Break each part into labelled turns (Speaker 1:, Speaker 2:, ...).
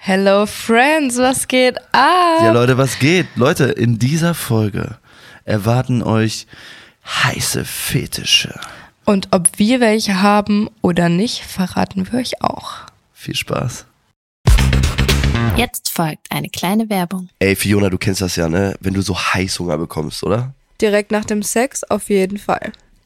Speaker 1: Hello Friends, was geht ab?
Speaker 2: Ja, Leute, was geht? Leute, in dieser Folge erwarten euch heiße Fetische.
Speaker 1: Und ob wir welche haben oder nicht, verraten wir euch auch.
Speaker 2: Viel Spaß.
Speaker 3: Jetzt folgt eine kleine Werbung.
Speaker 2: Ey, Fiona, du kennst das ja, ne? Wenn du so Heißhunger bekommst, oder?
Speaker 1: Direkt nach dem Sex auf jeden Fall.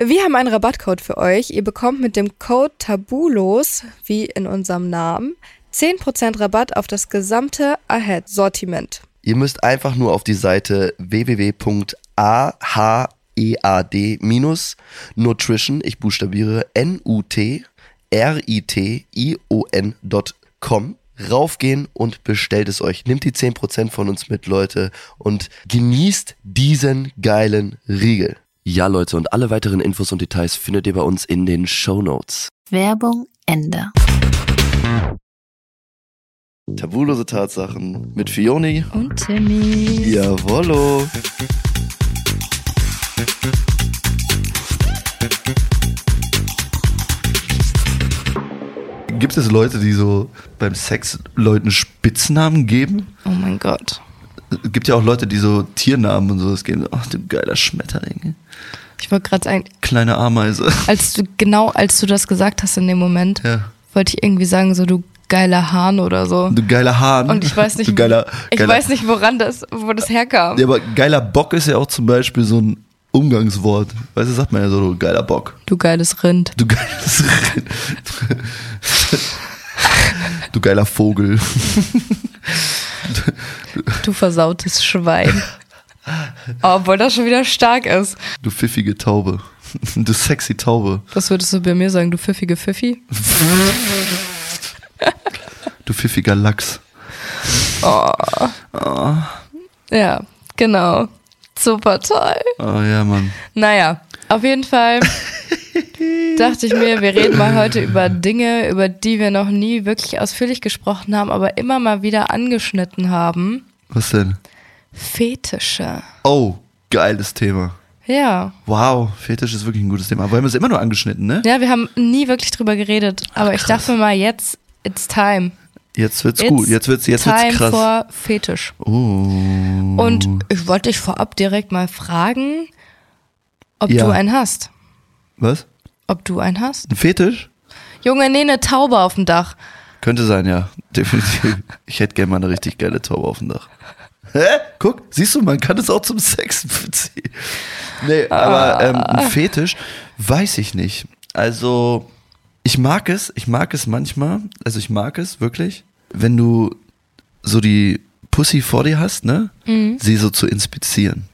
Speaker 1: Wir haben einen Rabattcode für euch. Ihr bekommt mit dem Code TABULOS, wie in unserem Namen, 10% Rabatt auf das gesamte Ahead-Sortiment.
Speaker 2: Ihr müsst einfach nur auf die Seite E www.ahead-nutrition, ich buchstabiere N-U-T-R-I-T-I-O-N.com, raufgehen und bestellt es euch. Nimmt die 10% von uns mit, Leute, und genießt diesen geilen Riegel. Ja, Leute, und alle weiteren Infos und Details findet ihr bei uns in den Show Notes.
Speaker 3: Werbung Ende.
Speaker 2: Tabulose Tatsachen mit Fioni.
Speaker 3: Und Timmy.
Speaker 2: Jawollo. Gibt es Leute, die so beim Sex Leuten Spitznamen geben?
Speaker 1: Oh mein Gott.
Speaker 2: Es gibt ja auch Leute, die so Tiernamen und sowas geben. Ach, du geiler Schmetterling.
Speaker 1: Ich wollte gerade sagen,
Speaker 2: Kleine Ameise.
Speaker 1: als du, genau als du das gesagt hast in dem Moment,
Speaker 2: Ja.
Speaker 1: wollte ich irgendwie sagen, so du geiler Hahn oder so.
Speaker 2: Du geiler Hahn.
Speaker 1: Und ich weiß nicht,
Speaker 2: du geiler,
Speaker 1: ich
Speaker 2: geiler,
Speaker 1: weiß nicht, woran das, wo das herkam.
Speaker 2: Ja, aber geiler Bock ist ja auch zum Beispiel so ein Umgangswort. Weißt du, sagt man ja so, du geiler Bock.
Speaker 1: Du geiles Rind.
Speaker 2: Du geiles Rind. Du geiler Vogel.
Speaker 1: Du versautes Schwein. Obwohl das schon wieder stark ist.
Speaker 2: Du pfiffige Taube. Du sexy Taube.
Speaker 1: Was würdest du bei mir sagen, du pfiffige Pfiffi?
Speaker 2: Du pfiffiger Lachs.
Speaker 1: Oh. Ja, genau. Super toll.
Speaker 2: Oh ja, Mann.
Speaker 1: Naja, auf jeden Fall dachte ich mir, wir reden mal heute über Dinge, über die wir noch nie wirklich ausführlich gesprochen haben, aber immer mal wieder angeschnitten haben.
Speaker 2: Was denn?
Speaker 1: Fetische.
Speaker 2: Oh, geiles Thema.
Speaker 1: Ja.
Speaker 2: Wow, Fetisch ist wirklich ein gutes Thema. Aber wir haben es immer nur angeschnitten, ne?
Speaker 1: Ja, wir haben nie wirklich drüber geredet, aber ich
Speaker 2: krass.
Speaker 1: dachte mir mal, jetzt, it's time.
Speaker 2: Jetzt wird's
Speaker 1: It's
Speaker 2: gut. Jetzt wird's, jetzt
Speaker 1: time
Speaker 2: wird's krass.
Speaker 1: for Fetisch.
Speaker 2: oh.
Speaker 1: Und ich wollte dich vorab direkt mal fragen, ob
Speaker 2: Ja.
Speaker 1: du einen hast.
Speaker 2: Was?
Speaker 1: Ob du einen hast?
Speaker 2: Ein Fetisch?
Speaker 1: Junge, nee, eine Taube auf dem Dach.
Speaker 2: Könnte sein, ja. Definitiv. Ich hätte gerne mal eine richtig geile Taube auf dem Dach. Hä? Guck, siehst du, man kann es auch zum Sex beziehen. Nee, aber ähm, ein Fetisch weiß ich nicht. Also, ich mag es, ich mag es manchmal, also ich mag es wirklich, wenn du so die Pussy vor dir hast, ne? Sie so zu inspizieren,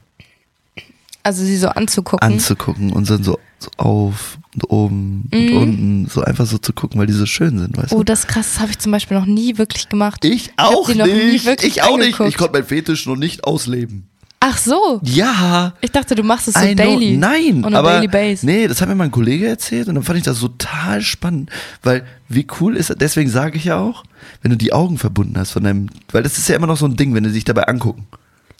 Speaker 1: Also sie so anzugucken.
Speaker 2: anzugucken und dann so, so auf und oben und unten, so einfach so zu gucken, weil die so schön sind, weißt du?
Speaker 1: oh, das ist krass, das habe ich zum Beispiel noch nie wirklich gemacht.
Speaker 2: Ich
Speaker 1: hab
Speaker 2: auch
Speaker 1: die noch nie
Speaker 2: nicht.
Speaker 1: wirklich
Speaker 2: ich auch nicht.
Speaker 1: angeguckt.
Speaker 2: Ich konnte meinen Fetisch noch nicht ausleben.
Speaker 1: Ach so.
Speaker 2: Ja.
Speaker 1: Ich dachte, du machst es so
Speaker 2: I know.
Speaker 1: daily.
Speaker 2: Nein,
Speaker 1: On a
Speaker 2: aber
Speaker 1: daily base.
Speaker 2: nee, das hat mir mein Kollege erzählt und dann fand ich das total spannend, weil wie cool ist das? Deswegen sage ich ja auch, wenn du die Augen verbunden hast von deinem, weil das ist ja immer noch so ein Ding, wenn die sich dabei angucken.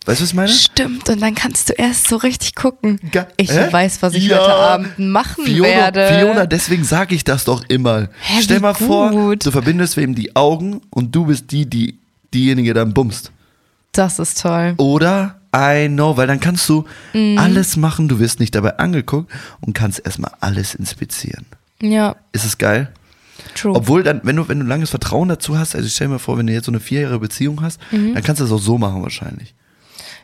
Speaker 2: Weißt du, was ich meine?
Speaker 1: Stimmt, und dann kannst du erst so richtig gucken.
Speaker 2: Ge-
Speaker 1: ich
Speaker 2: Hä?
Speaker 1: weiß, was ich
Speaker 2: Ja.
Speaker 1: heute Abend machen
Speaker 2: Fiona,
Speaker 1: werde.
Speaker 2: Fiona, deswegen sage ich das doch immer.
Speaker 1: Hä,
Speaker 2: Stell
Speaker 1: wie
Speaker 2: mal vor,
Speaker 1: gut.
Speaker 2: du verbindest wem die Augen und du bist die, die diejenige dann bummst.
Speaker 1: Das ist
Speaker 2: Oh.
Speaker 1: toll.
Speaker 2: Oder I know, weil dann kannst du
Speaker 1: Mhm.
Speaker 2: alles machen, du wirst nicht dabei angeguckt und kannst erstmal alles inspizieren.
Speaker 1: Ja,
Speaker 2: Ist es geil?
Speaker 1: true.
Speaker 2: Obwohl dann, wenn du, wenn du langes Vertrauen dazu hast, also ich stell mir vor, wenn du jetzt so eine vierjährige Beziehung hast, dann kannst du das auch so machen wahrscheinlich.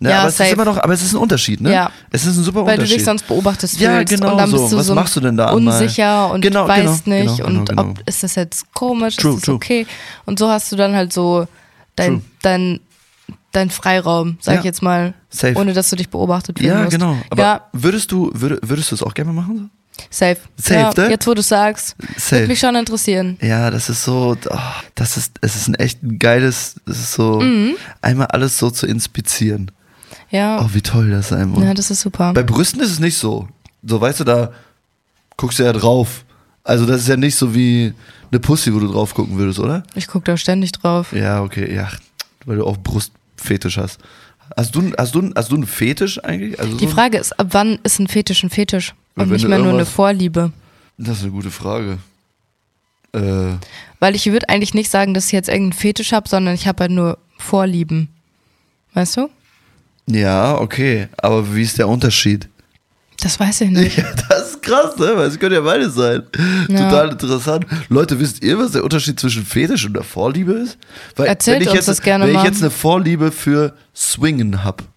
Speaker 2: Ne,
Speaker 1: Mhm. Ja,
Speaker 2: aber es ist
Speaker 1: safe.
Speaker 2: immer noch, aber es ist ein Unterschied, ne?
Speaker 1: Ja.
Speaker 2: Es ist ein super
Speaker 1: Weil du
Speaker 2: Unterschied.
Speaker 1: dich sonst beobachtest
Speaker 2: Ja,
Speaker 1: fühlst
Speaker 2: genau
Speaker 1: und dann
Speaker 2: so.
Speaker 1: bist du
Speaker 2: Was
Speaker 1: so
Speaker 2: machst du denn da einmal?
Speaker 1: unsicher und
Speaker 2: Genau,
Speaker 1: weißt
Speaker 2: genau,
Speaker 1: nicht
Speaker 2: genau,
Speaker 1: und
Speaker 2: genau,
Speaker 1: ob
Speaker 2: genau.
Speaker 1: ist das jetzt komisch,
Speaker 2: True,
Speaker 1: ist das
Speaker 2: true.
Speaker 1: okay? Und so hast du dann halt so
Speaker 2: True.
Speaker 1: dein, dein, dein Freiraum, sag
Speaker 2: Ja.
Speaker 1: ich jetzt mal,
Speaker 2: Safe.
Speaker 1: ohne dass du dich beobachtet fühlen
Speaker 2: ja,
Speaker 1: musst.
Speaker 2: genau. Aber
Speaker 1: ja,
Speaker 2: würdest du, würde, würdest du es auch gerne mal machen?
Speaker 1: safe.
Speaker 2: Safe,
Speaker 1: ja,
Speaker 2: ne?
Speaker 1: Jetzt, wo du sagst,
Speaker 2: Safe.
Speaker 1: würde mich schon interessieren.
Speaker 2: Ja, das ist so, oh, das ist, es ist ein echt ein geiles, es ist so,
Speaker 1: Mhm.
Speaker 2: einmal alles so zu inspizieren.
Speaker 1: Ja,
Speaker 2: Oh, wie toll das sein muss.
Speaker 1: ja das ist super.
Speaker 2: Bei Brüsten ist es nicht so. So, weißt du, da guckst du ja drauf. Also, das ist ja nicht so wie eine Pussy, wo du drauf gucken würdest, oder?
Speaker 1: Ich gucke da ständig drauf.
Speaker 2: Ja, okay, ja. Weil du auch Brustfetisch hast. Hast du, hast du, hast du einen Fetisch eigentlich? Also
Speaker 1: Die
Speaker 2: so-
Speaker 1: Frage ist, ab wann ist ein Fetisch ein Fetisch
Speaker 2: Weil
Speaker 1: und
Speaker 2: wenn
Speaker 1: nicht
Speaker 2: du
Speaker 1: mehr nur eine
Speaker 2: irgendwas-
Speaker 1: Vorliebe?
Speaker 2: Das ist eine gute Frage. Äh,
Speaker 1: Weil ich würde eigentlich nicht sagen, dass ich jetzt irgendeinen Fetisch habe, sondern ich habe halt nur Vorlieben. Weißt du?
Speaker 2: ja, okay. Aber wie ist der Unterschied?
Speaker 1: Das weiß ich nicht.
Speaker 2: Ja, das ist krass, ne? Weil es können ja beide sein.
Speaker 1: Ja.
Speaker 2: Total interessant. Leute, wisst ihr, was der Unterschied zwischen Fetisch und der Vorliebe ist? Weil,
Speaker 1: Erzählt
Speaker 2: wenn ich
Speaker 1: uns
Speaker 2: jetzt,
Speaker 1: das gerne
Speaker 2: Wenn ich
Speaker 1: mal.
Speaker 2: jetzt eine Vorliebe für Swingen hab. ne?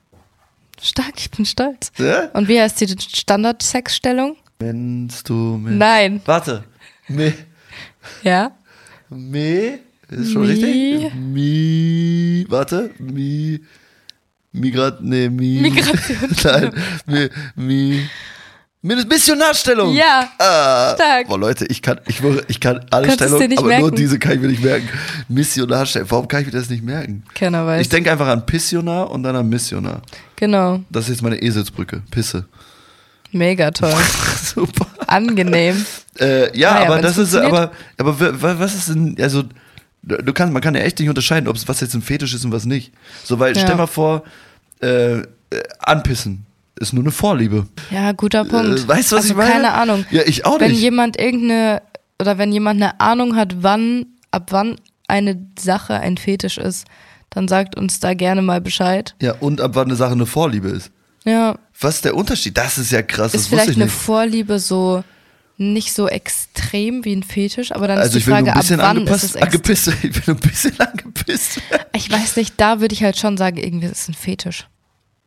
Speaker 1: Stark, ich bin stolz.
Speaker 2: Ja?
Speaker 1: Und wie heißt die Standard-Sexstellung?
Speaker 2: Wennst du mich.
Speaker 1: Nein.
Speaker 2: Warte. Me.
Speaker 1: Ja?
Speaker 2: Me. Ist schon
Speaker 1: Mi.
Speaker 2: richtig? Mi. Warte. Mi. Migrat. Nee, mi.
Speaker 1: Migration.
Speaker 2: Nein. Mi. Mi. Mit Missionarstellung.
Speaker 1: Ja.
Speaker 2: Ah.
Speaker 1: Stark.
Speaker 2: Boah, Leute, ich kann, ich, wür- ich kann alle
Speaker 1: Konntest du
Speaker 2: Stellungen,
Speaker 1: nicht
Speaker 2: aber nur
Speaker 1: merken.
Speaker 2: diese kann ich mir nicht merken. Missionarstellung. Warum kann ich mir das nicht merken?
Speaker 1: Keiner weiß.
Speaker 2: Ich denke einfach an Pissionar und dann an Missionar.
Speaker 1: genau.
Speaker 2: Das ist jetzt meine Eselsbrücke. Pisse.
Speaker 1: Mega toll.
Speaker 2: Super.
Speaker 1: Angenehm.
Speaker 2: Äh, ja,
Speaker 1: Naja,
Speaker 2: aber
Speaker 1: wenn's
Speaker 2: das ist
Speaker 1: funktioniert.
Speaker 2: aber aber w- w- was ist denn also du du kannst man kann ja echt nicht unterscheiden, ob es was jetzt ein Fetisch ist und was nicht. So weil
Speaker 1: Ja.
Speaker 2: stell mal vor äh, äh, anpissen ist nur eine Vorliebe.
Speaker 1: Ja, guter Punkt.
Speaker 2: Äh, weißt du, was
Speaker 1: also
Speaker 2: ich meine?
Speaker 1: keine Ahnung.
Speaker 2: Ja, ich auch
Speaker 1: wenn
Speaker 2: nicht.
Speaker 1: jemand irgendeine, oder wenn jemand eine Ahnung hat, wann, ab wann eine Sache ein Fetisch ist, dann sagt uns da gerne mal Bescheid.
Speaker 2: Ja, und ab wann eine Sache eine Vorliebe ist.
Speaker 1: Ja.
Speaker 2: Was ist der Unterschied? Das ist ja krass, das
Speaker 1: ist
Speaker 2: wusste ich
Speaker 1: vielleicht eine
Speaker 2: nicht.
Speaker 1: Vorliebe so nicht so extrem wie ein Fetisch, aber dann
Speaker 2: Also
Speaker 1: ist
Speaker 2: ich
Speaker 1: die
Speaker 2: bin
Speaker 1: Frage,
Speaker 2: nur ein
Speaker 1: ab
Speaker 2: bisschen
Speaker 1: wann ist es
Speaker 2: angepasst,
Speaker 1: extrem?
Speaker 2: angepisst. Ich bin nur ein bisschen angepisst.
Speaker 1: Ich weiß nicht, da würde ich halt schon sagen, irgendwie ist es ein Fetisch.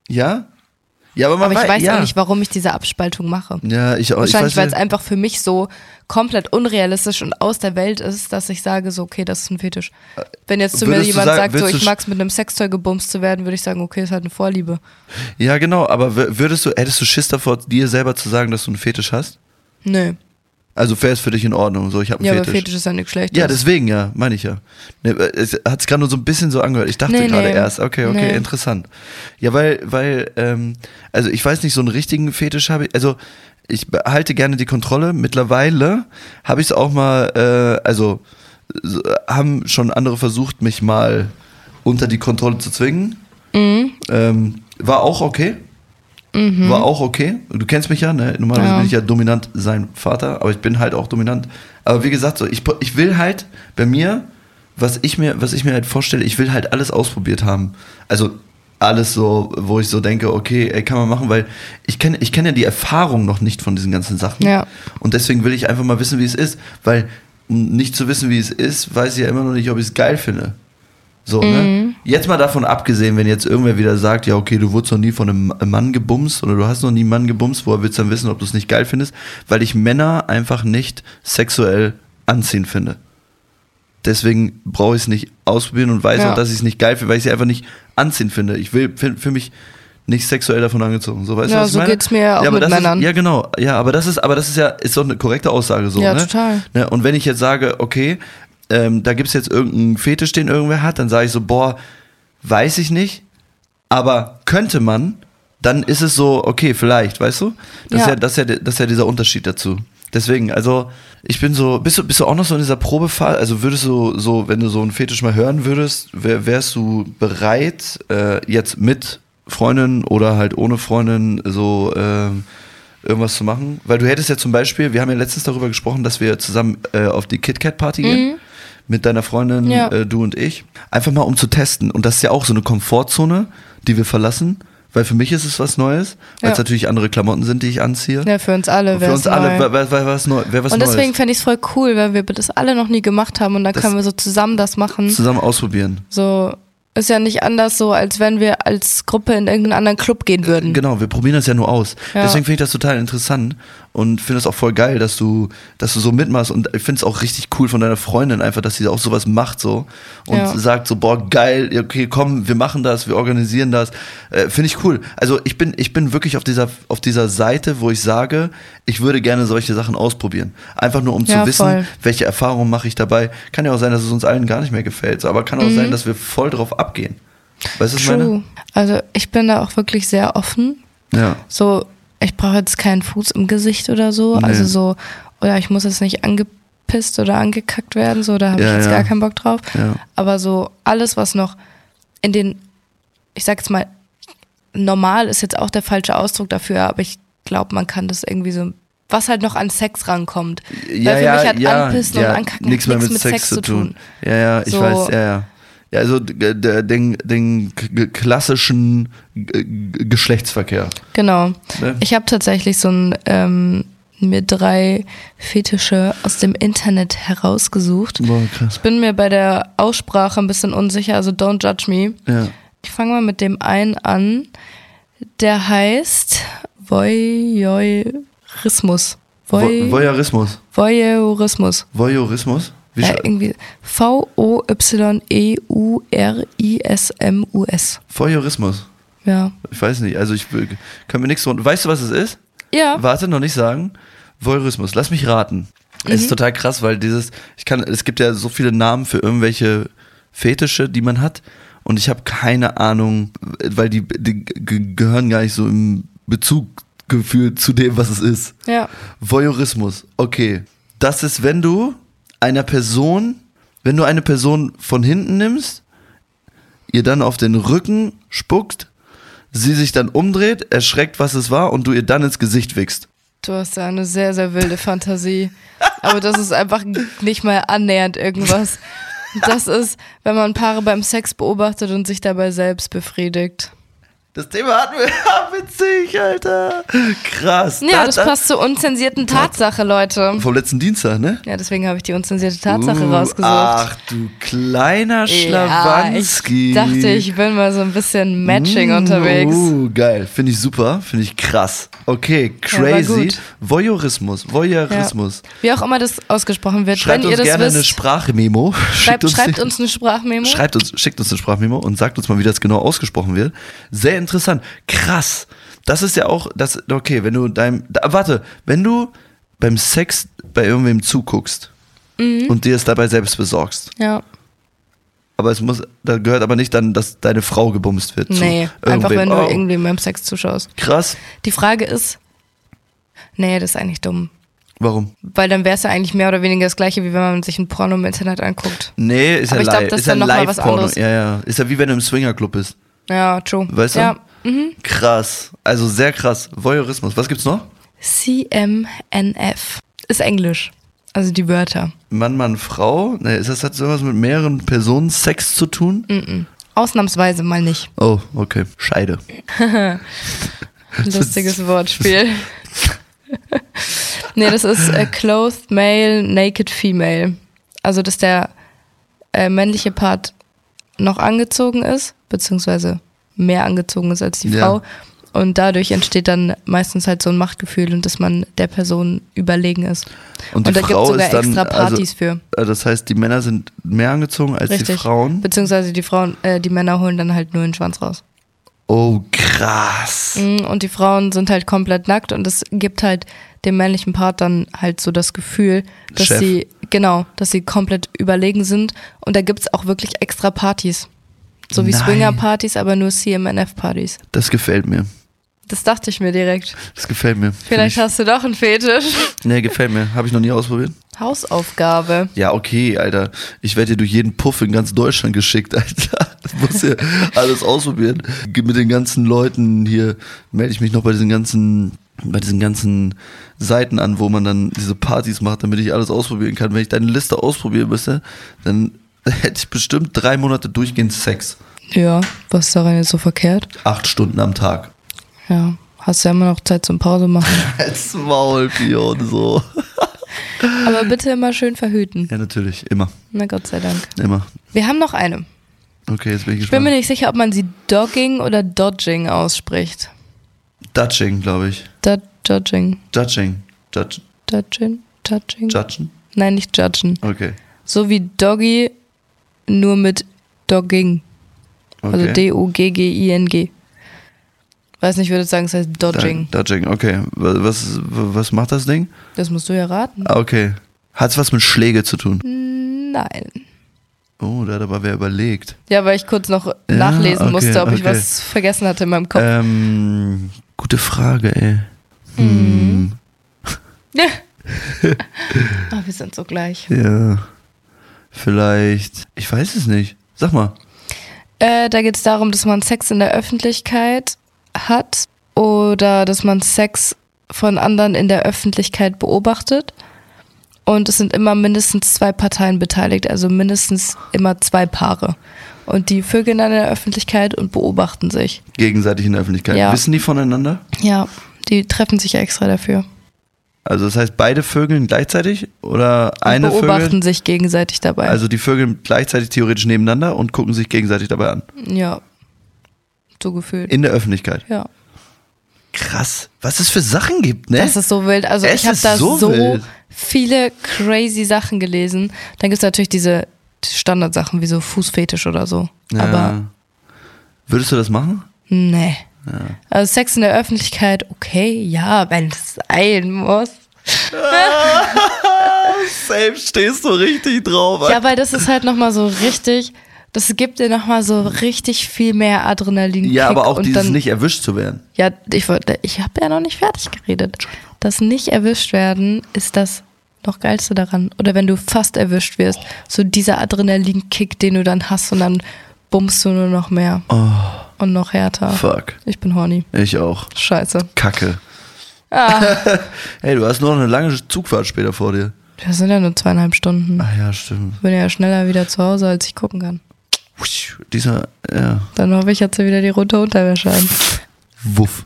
Speaker 2: Ja? Ja, aber man
Speaker 1: Aber ich weiß
Speaker 2: ja.
Speaker 1: auch nicht, warum ich diese Abspaltung mache.
Speaker 2: Ja, ich auch.
Speaker 1: Wahrscheinlich,
Speaker 2: ich
Speaker 1: weil es
Speaker 2: weiß nicht.
Speaker 1: einfach für mich so komplett unrealistisch und aus der Welt ist, dass ich sage so, okay, das ist ein Fetisch. Wenn jetzt zu mir
Speaker 2: würdest du
Speaker 1: jemand
Speaker 2: sagen-
Speaker 1: sagt, so,
Speaker 2: würdest du
Speaker 1: ich
Speaker 2: sch-
Speaker 1: mag es mit einem Sextoy gebumst zu werden, würde ich sagen, okay, ist halt eine Vorliebe.
Speaker 2: Ja, genau, aber w- würdest du hättest du Schiss davor dir selber zu sagen, dass du einen Fetisch hast?
Speaker 1: Nö.
Speaker 2: Also wäre es für dich in Ordnung, so ich habe einen
Speaker 1: Ja, aber
Speaker 2: Fetisch.
Speaker 1: Fetisch ist ja nichts Schlechtes.
Speaker 2: ja, deswegen ja, meine ich ja. Ne, es hat gerade nur so ein bisschen so angehört. Ich dachte
Speaker 1: Nee,
Speaker 2: gerade
Speaker 1: nee.
Speaker 2: erst, okay, okay,
Speaker 1: Nee.
Speaker 2: interessant. Ja, weil, weil, ähm, also ich weiß nicht, so einen richtigen Fetisch habe ich, also ich behalte gerne die Kontrolle. Mittlerweile habe ich es auch mal, äh, also so, haben schon andere versucht, mich mal unter die Kontrolle zu zwingen. Ähm, war auch okay. War auch okay. Du kennst mich ja, ne? Normalerweise
Speaker 1: Ja.
Speaker 2: bin ich ja dominant sein Vater, aber ich bin halt auch dominant. Aber wie gesagt, so, ich, ich will halt bei mir, was ich mir, was ich mir halt vorstelle, ich will halt alles ausprobiert haben. Also alles so, wo ich so denke, okay, ey, kann man machen, weil ich kenne ich kenne ja die Erfahrung noch nicht von diesen ganzen Sachen.
Speaker 1: Ja.
Speaker 2: Und deswegen will ich einfach mal wissen, wie es ist, weil um nicht zu wissen, wie es ist, weiß ich ja immer noch nicht, ob ich es geil finde. So,
Speaker 1: Mhm.
Speaker 2: ne? Jetzt mal davon abgesehen, wenn jetzt irgendwer wieder sagt, ja, okay, du wurdest noch nie von einem Mann gebumst oder du hast noch nie einen Mann gebumst, woher willst du dann wissen, ob du es nicht geil findest? Weil ich Männer einfach nicht sexuell anziehend finde. Deswegen brauche ich es nicht ausprobieren und weiß
Speaker 1: Ja.
Speaker 2: auch, dass ich es nicht geil finde, weil ich sie einfach nicht anziehend finde. Ich will für, für mich nicht sexuell davon angezogen. So, weißt du,
Speaker 1: Ja,
Speaker 2: was ich
Speaker 1: so
Speaker 2: meine?
Speaker 1: geht's mir ja auch
Speaker 2: aber
Speaker 1: mit
Speaker 2: das
Speaker 1: Männern.
Speaker 2: Ist, ja, genau. Ja, aber das ist, aber das ist ja, ist doch eine korrekte Aussage so.
Speaker 1: Ja,
Speaker 2: ne?
Speaker 1: total.
Speaker 2: Ne? Und wenn ich jetzt sage, okay, ähm, da gibt's jetzt irgendeinen Fetisch, den irgendwer hat, dann sage ich so, boah, weiß ich nicht, aber könnte man, dann ist es so, okay, vielleicht, weißt du? Das, Ist,
Speaker 1: Ja.
Speaker 2: ja, das, ist, ja, der- das ist ja dieser Unterschied dazu. Deswegen, also ich bin so, bist du, bist du auch noch so in dieser Probephase? Also würdest du so, wenn du so einen Fetisch mal hören würdest, wär, wärst du bereit, äh, jetzt mit Freundin oder halt ohne Freundin so ähm, irgendwas zu machen? Weil du hättest ja zum Beispiel, wir haben ja letztens darüber gesprochen, dass wir zusammen äh, auf die KitKat-Party gehen. Mit deiner Freundin,
Speaker 1: Mhm. Ja.
Speaker 2: äh, du und ich. Einfach mal, um zu testen. Und das ist ja auch so eine Komfortzone, die wir verlassen. Weil für mich ist es was Neues, weil es
Speaker 1: Ja.
Speaker 2: natürlich andere Klamotten sind, die ich anziehe.
Speaker 1: Ja, für uns alle
Speaker 2: Und für
Speaker 1: wäre es
Speaker 2: uns
Speaker 1: neu.
Speaker 2: alle wäre wär, wär was, neu, wär was
Speaker 1: und deswegen
Speaker 2: Neues.
Speaker 1: fände ich es voll cool, weil wir das alle noch nie gemacht haben und dann
Speaker 2: Das-
Speaker 1: können wir so zusammen das machen.
Speaker 2: Zusammen ausprobieren.
Speaker 1: So ist ja nicht anders so, als wenn wir als Gruppe in irgendeinen anderen Club gehen würden.
Speaker 2: Genau, wir probieren das ja nur aus.
Speaker 1: Mhm. Ja.
Speaker 2: Deswegen finde ich das total interessant und finde es auch voll geil, dass du, dass du so mitmachst und ich finde es auch richtig cool von deiner Freundin einfach, dass sie auch sowas macht so und
Speaker 1: Ja.
Speaker 2: sagt so, boah, geil, okay, komm, wir machen das, wir organisieren das. Äh, finde ich cool. Also ich bin, ich bin wirklich auf dieser, auf dieser Seite, wo ich sage, ich würde gerne solche Sachen ausprobieren. Einfach nur um
Speaker 1: Ja,
Speaker 2: zu wissen,
Speaker 1: voll.
Speaker 2: welche Erfahrungen mache ich dabei. Kann ja auch sein, dass es uns allen gar nicht mehr gefällt, so, aber kann auch sein, dass wir voll drauf abgehen. Weißt du, was ich meine?
Speaker 1: Mhm. True. Also ich bin da auch wirklich sehr offen.
Speaker 2: Ja.
Speaker 1: So, ich brauche jetzt keinen Fuß im Gesicht oder so.
Speaker 2: Nee.
Speaker 1: Also so, oder ich muss jetzt nicht angepisst oder angekackt werden, so, da habe
Speaker 2: Ja,
Speaker 1: ich jetzt
Speaker 2: ja.
Speaker 1: gar keinen Bock drauf.
Speaker 2: Ja.
Speaker 1: Aber so alles, was noch in den, ich sag jetzt mal, normal ist jetzt auch der falsche Ausdruck dafür, aber ich glaube, man kann das irgendwie so, was halt noch an Sex rankommt. Weil für mich hat Anpissen und Ankacken
Speaker 2: nix
Speaker 1: nichts mehr mit, Sex, zu tun.
Speaker 2: Ja, ja, ich
Speaker 1: So.
Speaker 2: weiß, ja, ja. Ja, also d- d- den, den k- k- klassischen äh, g- Geschlechtsverkehr.
Speaker 1: Genau.
Speaker 2: Ne?
Speaker 1: Ich habe tatsächlich so ein, ähm, mir drei Fetische aus dem Internet herausgesucht.
Speaker 2: Boah, krass.
Speaker 1: Ich bin mir bei der Aussprache ein bisschen unsicher, also don't judge me.
Speaker 2: Ja.
Speaker 1: Ich fange mal mit dem einen an. Der heißt Voyeurismus.
Speaker 2: Voy
Speaker 1: Voy
Speaker 2: Voyeurismus.
Speaker 1: Voyeurismus.
Speaker 2: Voyeurismus? Wie
Speaker 1: Ja,
Speaker 2: sch-
Speaker 1: irgendwie E V-O-Y-E-U-R-I-S-M-U-S.
Speaker 2: Voyeurismus.
Speaker 1: Ja.
Speaker 2: Ich weiß nicht, also ich will- kann mir nichts drunter. Weißt du, was es ist?
Speaker 1: Ja.
Speaker 2: Warte, noch nicht sagen. Voyeurismus, lass mich raten. Es ist total krass, weil dieses, ich kann, es gibt ja so viele Namen für irgendwelche Fetische, die man hat. Und ich habe keine Ahnung, weil die, die ge- gehören gar nicht so im Bezug gefühlt zu dem, was es ist.
Speaker 1: Ja.
Speaker 2: Voyeurismus, okay. Das ist, wenn du einer Person, wenn du eine Person von hinten nimmst, ihr dann auf den Rücken spuckt, sie sich dann umdreht, erschreckt, was es war und du ihr dann ins Gesicht wickst.
Speaker 1: Du hast da eine sehr, sehr wilde Fantasie. Aber das ist einfach nicht mal annähernd irgendwas. Das ist, wenn man Paare beim Sex beobachtet und sich dabei selbst befriedigt.
Speaker 2: Das Thema hatten wir. Ja, witzig, Alter. Krass.
Speaker 1: Ja,
Speaker 2: Da-
Speaker 1: das
Speaker 2: da-
Speaker 1: passt zur unzensierten Tatsache, Leute.
Speaker 2: Vom letzten Dienstag, ne?
Speaker 1: Ja, deswegen habe ich die unzensierte Tatsache
Speaker 2: Uh,
Speaker 1: rausgesucht.
Speaker 2: Ach du kleiner Schlawanski.
Speaker 1: Ja, ich dachte, ich bin mal so ein bisschen Matching
Speaker 2: Mm,
Speaker 1: unterwegs.
Speaker 2: Uh, geil. Finde ich super. Finde ich krass. Okay,
Speaker 1: war
Speaker 2: crazy.
Speaker 1: gut.
Speaker 2: Voyeurismus. Voyeurismus.
Speaker 1: Wie auch immer das ausgesprochen wird,
Speaker 2: Schreibt
Speaker 1: wenn ihr
Speaker 2: uns
Speaker 1: das
Speaker 2: gerne eine
Speaker 1: wisst,
Speaker 2: Sprachmemo.
Speaker 1: schreibt,
Speaker 2: Schickt
Speaker 1: uns,
Speaker 2: uns,
Speaker 1: schreibt uns eine Sprachmemo.
Speaker 2: Schreibt uns, schickt uns eine Sprachmemo und sagt uns mal, wie das genau ausgesprochen wird. Sehr interessant. Krass. Das ist ja auch, das, okay, wenn du deinem, da, warte, wenn du beim Sex bei irgendwem zuguckst
Speaker 1: Mhm.
Speaker 2: und dir es dabei selbst besorgst,
Speaker 1: ja.
Speaker 2: aber es muss, da gehört aber nicht dann, dass deine Frau gebumst wird. zu
Speaker 1: Nee, einfach
Speaker 2: irgendwem.
Speaker 1: wenn du
Speaker 2: oh,
Speaker 1: irgendwie beim Sex zuschaust.
Speaker 2: Krass.
Speaker 1: Die Frage ist, nee, das ist eigentlich dumm.
Speaker 2: Warum?
Speaker 1: Weil dann wäre es ja eigentlich mehr oder weniger das gleiche, wie wenn man sich ein Porno im Internet anguckt.
Speaker 2: Nee, ist
Speaker 1: Aber
Speaker 2: ja
Speaker 1: ich glaub,
Speaker 2: live.
Speaker 1: das
Speaker 2: ist
Speaker 1: wär
Speaker 2: ja
Speaker 1: noch mal
Speaker 2: live
Speaker 1: was
Speaker 2: Porno.
Speaker 1: anderes.
Speaker 2: Ja, ja. Ist ja wie wenn du im Swingerclub bist.
Speaker 1: Ja, true.
Speaker 2: Weißt du?
Speaker 1: ja. mhm.
Speaker 2: Krass. Also sehr krass. Voyeurismus. Was gibt's noch?
Speaker 1: CMNF ist Englisch. Also die Wörter.
Speaker 2: Mann, Mann, Frau. Nee, ist das, hat das irgendwas mit mehreren Personen Sex zu tun?
Speaker 1: Mhm. Ausnahmsweise mal nicht.
Speaker 2: Oh, okay. Scheide.
Speaker 1: Lustiges Wortspiel. nee, das ist äh, Clothed Male, Naked Female. Also, dass der äh, männliche Part noch angezogen ist, beziehungsweise mehr angezogen ist als die
Speaker 2: Ja.
Speaker 1: Frau. Und dadurch entsteht dann meistens halt so ein Machtgefühl und dass man der Person überlegen ist. Und
Speaker 2: Und, die
Speaker 1: da gibt's
Speaker 2: Frau
Speaker 1: sogar
Speaker 2: ist dann.
Speaker 1: extra Partys
Speaker 2: also,
Speaker 1: für.
Speaker 2: Also das heißt, die Männer sind mehr angezogen als die
Speaker 1: Richtig.
Speaker 2: Frauen.
Speaker 1: Beziehungsweise die Frauen, äh, die Männer holen dann halt nur den Schwanz raus.
Speaker 2: Oh, krass.
Speaker 1: Mm, Und die Frauen sind halt komplett nackt und es gibt halt dem männlichen Part dann halt so das Gefühl, dass
Speaker 2: Chef.
Speaker 1: sie, genau, dass sie komplett überlegen sind. Und da gibt's auch wirklich extra Partys. So wie
Speaker 2: Nein.
Speaker 1: Swinger-Partys, aber nur CMNF-Partys.
Speaker 2: Das gefällt mir.
Speaker 1: Das dachte ich mir direkt.
Speaker 2: Das gefällt mir. Find
Speaker 1: Vielleicht
Speaker 2: ich,
Speaker 1: hast du doch einen Fetisch.
Speaker 2: Nee, gefällt mir. Habe ich noch nie ausprobiert.
Speaker 1: Hausaufgabe.
Speaker 2: Ja, okay, Alter. Ich werde dir durch jeden Puff in ganz Deutschland geschickt, Alter. muss hier alles ausprobieren. Mit den ganzen Leuten hier melde ich mich noch bei diesen ganzen bei diesen ganzen Seiten an, wo man dann diese Partys macht, damit ich alles ausprobieren kann. Wenn ich deine Liste ausprobieren müsste, dann hätte ich bestimmt drei Monate durchgehend Sex.
Speaker 1: Ja, was ist daran jetzt so verkehrt?
Speaker 2: Acht Stunden am Tag.
Speaker 1: Ja, hast ja immer noch Zeit zum Pause machen.
Speaker 2: Als Maulpion so.
Speaker 1: Aber bitte immer schön verhüten.
Speaker 2: Ja, natürlich. Immer.
Speaker 1: Na Gott sei Dank.
Speaker 2: Immer.
Speaker 1: Wir haben noch eine.
Speaker 2: Okay, jetzt bin ich
Speaker 1: Ich bin
Speaker 2: gespannt.
Speaker 1: mir nicht sicher, ob man sie Dogging oder Dodging ausspricht.
Speaker 2: Dutching, glaube ich.
Speaker 1: Do Dodging.
Speaker 2: Judging. Judge.
Speaker 1: Dodging? Dodging?
Speaker 2: Judgen?
Speaker 1: Nein, nicht judgen.
Speaker 2: Okay.
Speaker 1: So wie Doggy, nur mit Dogging.
Speaker 2: okay.
Speaker 1: Also D-O-G-G-I-N-G. Weiß nicht, ich würde sagen, es heißt Dodging.
Speaker 2: Da- Dodging, okay. Wa- Was, was macht das Ding?
Speaker 1: Das musst du ja raten.
Speaker 2: Ah, Okay. Hat's was mit Schläge zu tun?
Speaker 1: Hm. Nein.
Speaker 2: Oh, da hat aber wer überlegt.
Speaker 1: Ja, weil ich kurz noch nachlesen
Speaker 2: okay,
Speaker 1: musste, ob ich
Speaker 2: okay.
Speaker 1: was vergessen hatte in meinem Kopf.
Speaker 2: Ähm, gute Frage, ey. Hm. Äh.
Speaker 1: Ah, wir sind so gleich.
Speaker 2: Ja. Vielleicht. Ich weiß es nicht. Sag mal.
Speaker 1: Äh, da geht es darum, dass man Sex in der Öffentlichkeit hat oder dass man Sex von anderen in der Öffentlichkeit beobachtet. Und es sind immer mindestens zwei Parteien beteiligt, also mindestens immer zwei Paare. Und die vögeln dann in der Öffentlichkeit und beobachten sich.
Speaker 2: Gegenseitig in der Öffentlichkeit.
Speaker 1: Ja.
Speaker 2: Wissen die voneinander?
Speaker 1: Ja, die treffen sich ja extra dafür.
Speaker 2: Also das heißt, beide vögeln gleichzeitig oder
Speaker 1: Und
Speaker 2: eine
Speaker 1: beobachten
Speaker 2: Vögel?
Speaker 1: sich gegenseitig dabei.
Speaker 2: Also die vögeln gleichzeitig theoretisch nebeneinander und gucken sich gegenseitig dabei an.
Speaker 1: ja. So gefühlt.
Speaker 2: In der Öffentlichkeit.
Speaker 1: ja.
Speaker 2: Krass, was es für Sachen gibt, ne?
Speaker 1: Das ist so wild. Also
Speaker 2: Es
Speaker 1: ich habe
Speaker 2: ist
Speaker 1: da
Speaker 2: so
Speaker 1: so,
Speaker 2: wild.
Speaker 1: viele crazy Sachen gelesen. Dann gibt's natürlich diese Standardsachen wie so Fußfetisch oder so.
Speaker 2: Ja.
Speaker 1: Aber
Speaker 2: Würdest du das machen?
Speaker 1: nee. Also Sex in der Öffentlichkeit, okay, ja, wenn es sein muss.
Speaker 2: Safe stehst du richtig drauf.
Speaker 1: Ja, weil das ist halt nochmal so richtig, das gibt dir nochmal so richtig viel mehr Adrenalin.
Speaker 2: Ja, aber auch
Speaker 1: und
Speaker 2: dieses
Speaker 1: dann,
Speaker 2: nicht erwischt zu werden.
Speaker 1: Ja, ich wollte, ich habe ja noch nicht fertig geredet. Das nicht erwischt werden ist das noch geilste daran. Oder wenn du fast erwischt wirst, so dieser Adrenalinkick, den du dann hast und dann bummst du nur noch mehr
Speaker 2: Oh,
Speaker 1: und noch härter.
Speaker 2: fuck.
Speaker 1: Ich bin horny.
Speaker 2: Ich auch.
Speaker 1: Scheiße.
Speaker 2: Kacke.
Speaker 1: Ah.
Speaker 2: hey, du hast nur noch eine lange Zugfahrt später vor dir.
Speaker 1: Das sind ja nur zweieinhalb Stunden.
Speaker 2: Ah ja, stimmt.
Speaker 1: Ich bin ja schneller wieder zu Hause, als ich gucken kann.
Speaker 2: Husch, Dieser, ja,
Speaker 1: Dann hoffe ich, hat sie wieder die rote Unterwäsche an.
Speaker 2: wuff.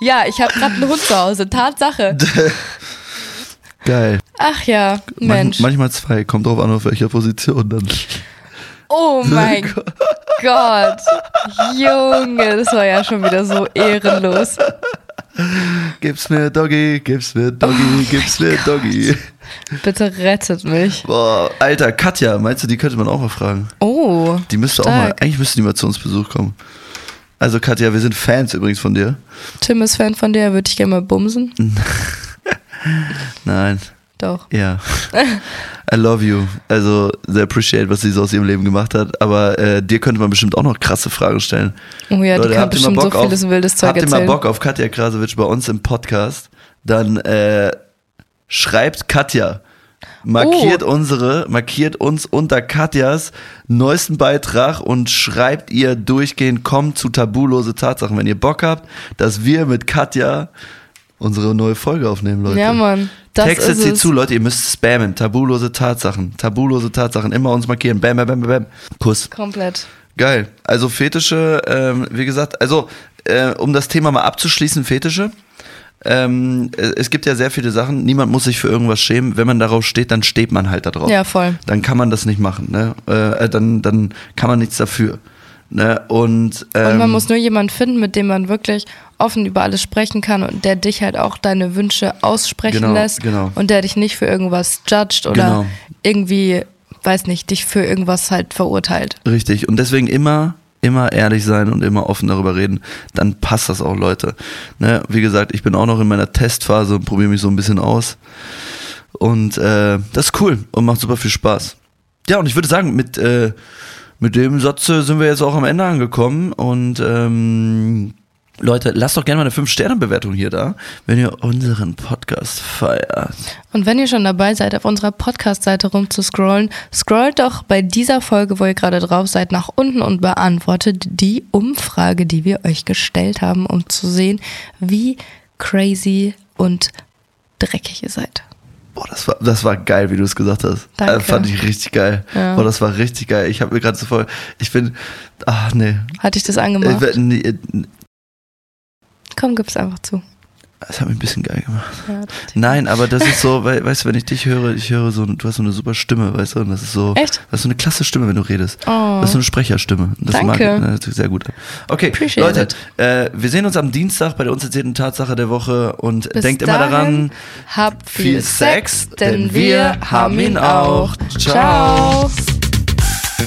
Speaker 1: Ja, ich habe gerade einen Hund zu Hause. Tatsache.
Speaker 2: Geil.
Speaker 1: Ach ja, Mensch.
Speaker 2: Manch, manchmal zwei, kommt drauf an, auf welcher Position dann.
Speaker 1: Oh mein Gott. Junge, das war ja schon wieder so ehrenlos.
Speaker 2: Gib's mir Doggy, gib's mir
Speaker 1: Oh
Speaker 2: Doggy, gib's mir Doggy.
Speaker 1: Bitte rettet mich.
Speaker 2: Boah, Alter, Katja, meinst du, die könnte man auch mal fragen?
Speaker 1: Oh.
Speaker 2: Die müsste auch mal,
Speaker 1: Stark.
Speaker 2: eigentlich müsste die mal zu uns Besuch kommen. Also Katja, wir sind Fans übrigens von dir.
Speaker 1: Tim ist Fan von dir, würde ich gerne mal bumsen.
Speaker 2: Hm. Nein,
Speaker 1: Doch.
Speaker 2: ja. I love you. Also, sehr appreciate, was sie so aus ihrem Leben gemacht hat. Aber äh, dir könnte man bestimmt auch noch krasse Fragen stellen.
Speaker 1: Oh ja, die kann
Speaker 2: habt ihr mal
Speaker 1: bestimmt so
Speaker 2: Bock auf-
Speaker 1: vieles wildes Zeug
Speaker 2: Habt ihr mal
Speaker 1: erzählen.
Speaker 2: Bock auf Katja Krasowitsch bei uns im Podcast? Dann äh, schreibt Katja. Markiert
Speaker 1: Oh.
Speaker 2: unsere, markiert uns unter Katjas neuesten Beitrag und schreibt ihr durchgehend, kommt zu tabulose Tatsachen, wenn ihr Bock habt, dass wir mit Katja unsere neue Folge aufnehmen, Leute.
Speaker 1: Ja, Mann. Das
Speaker 2: Textet
Speaker 1: ist
Speaker 2: sie
Speaker 1: es.
Speaker 2: zu, Leute, ihr müsst spammen. Tabulose Tatsachen, tabulose Tatsachen, immer uns markieren. Bam, bam, bam, bam, bam. Kuss.
Speaker 1: Komplett.
Speaker 2: Geil. Also Fetische, ähm, wie gesagt, also äh, um das Thema mal abzuschließen, Fetische. Ähm, äh, es gibt ja sehr viele Sachen. Niemand muss sich für irgendwas schämen. Wenn man darauf steht, dann steht man halt darauf.
Speaker 1: Ja, voll.
Speaker 2: Dann kann man das nicht machen. Ne? Äh, äh, dann, dann kann man nichts dafür. Ne? Und, ähm,
Speaker 1: Und man muss nur jemanden finden, mit dem man wirklich offen über alles sprechen kann und der dich halt auch deine Wünsche aussprechen
Speaker 2: Genau,
Speaker 1: lässt
Speaker 2: genau.
Speaker 1: und der dich nicht für irgendwas judgt oder
Speaker 2: Genau.
Speaker 1: irgendwie, weiß nicht, dich für irgendwas halt verurteilt.
Speaker 2: Richtig. Und deswegen immer, immer ehrlich sein und immer offen darüber reden. Dann passt das auch, Leute. Ne? Wie gesagt, ich bin auch noch in meiner Testphase und probiere mich so ein bisschen aus. Und äh, das ist cool und macht super viel Spaß. Ja, und ich würde sagen, mit, äh, mit dem Satz äh, sind wir jetzt auch am Ende angekommen. Und ähm, Leute, lasst doch gerne mal eine 5-Sterne-Bewertung hier da, wenn ihr unseren Podcast feiert.
Speaker 1: Und wenn ihr schon dabei seid, auf unserer Podcast-Seite rumzuscrollen, scrollt doch bei dieser Folge, wo ihr gerade drauf seid, nach unten und beantwortet die Umfrage, die wir euch gestellt haben, um zu sehen, wie crazy und dreckig ihr seid.
Speaker 2: Boah, das war, das war geil, wie du es gesagt hast.
Speaker 1: Danke.
Speaker 2: Das fand ich richtig geil.
Speaker 1: Ja.
Speaker 2: Boah, das war richtig geil. Ich habe mir gerade so voll. Ich bin. Ach nee.
Speaker 1: Hatte ich das
Speaker 2: Ich,
Speaker 1: angemacht?
Speaker 2: werd- nee. äh,
Speaker 1: Komm, gib's einfach zu.
Speaker 2: Das hat mich ein bisschen geil gemacht.
Speaker 1: Ja,
Speaker 2: Nein, aber das ist so, wei- weißt du, wenn ich dich höre, ich höre so, du hast so eine super Stimme, weißt du, und das ist so,
Speaker 1: Echt?
Speaker 2: das ist so eine klasse Stimme, wenn du redest.
Speaker 1: Oh.
Speaker 2: Das ist so eine Sprecherstimme. Das
Speaker 1: Danke.
Speaker 2: mag ich, ne, das ist sehr gut. Okay,
Speaker 1: Appreciate
Speaker 2: Leute,
Speaker 1: it.
Speaker 2: äh, wir sehen uns am Dienstag bei der uns erzählten Tatsache der Woche und
Speaker 1: Bis
Speaker 2: denkt immer daran,
Speaker 1: dahin, habt viel Sex, denn wir haben ihn auch.
Speaker 2: Ciao.
Speaker 1: Ciao.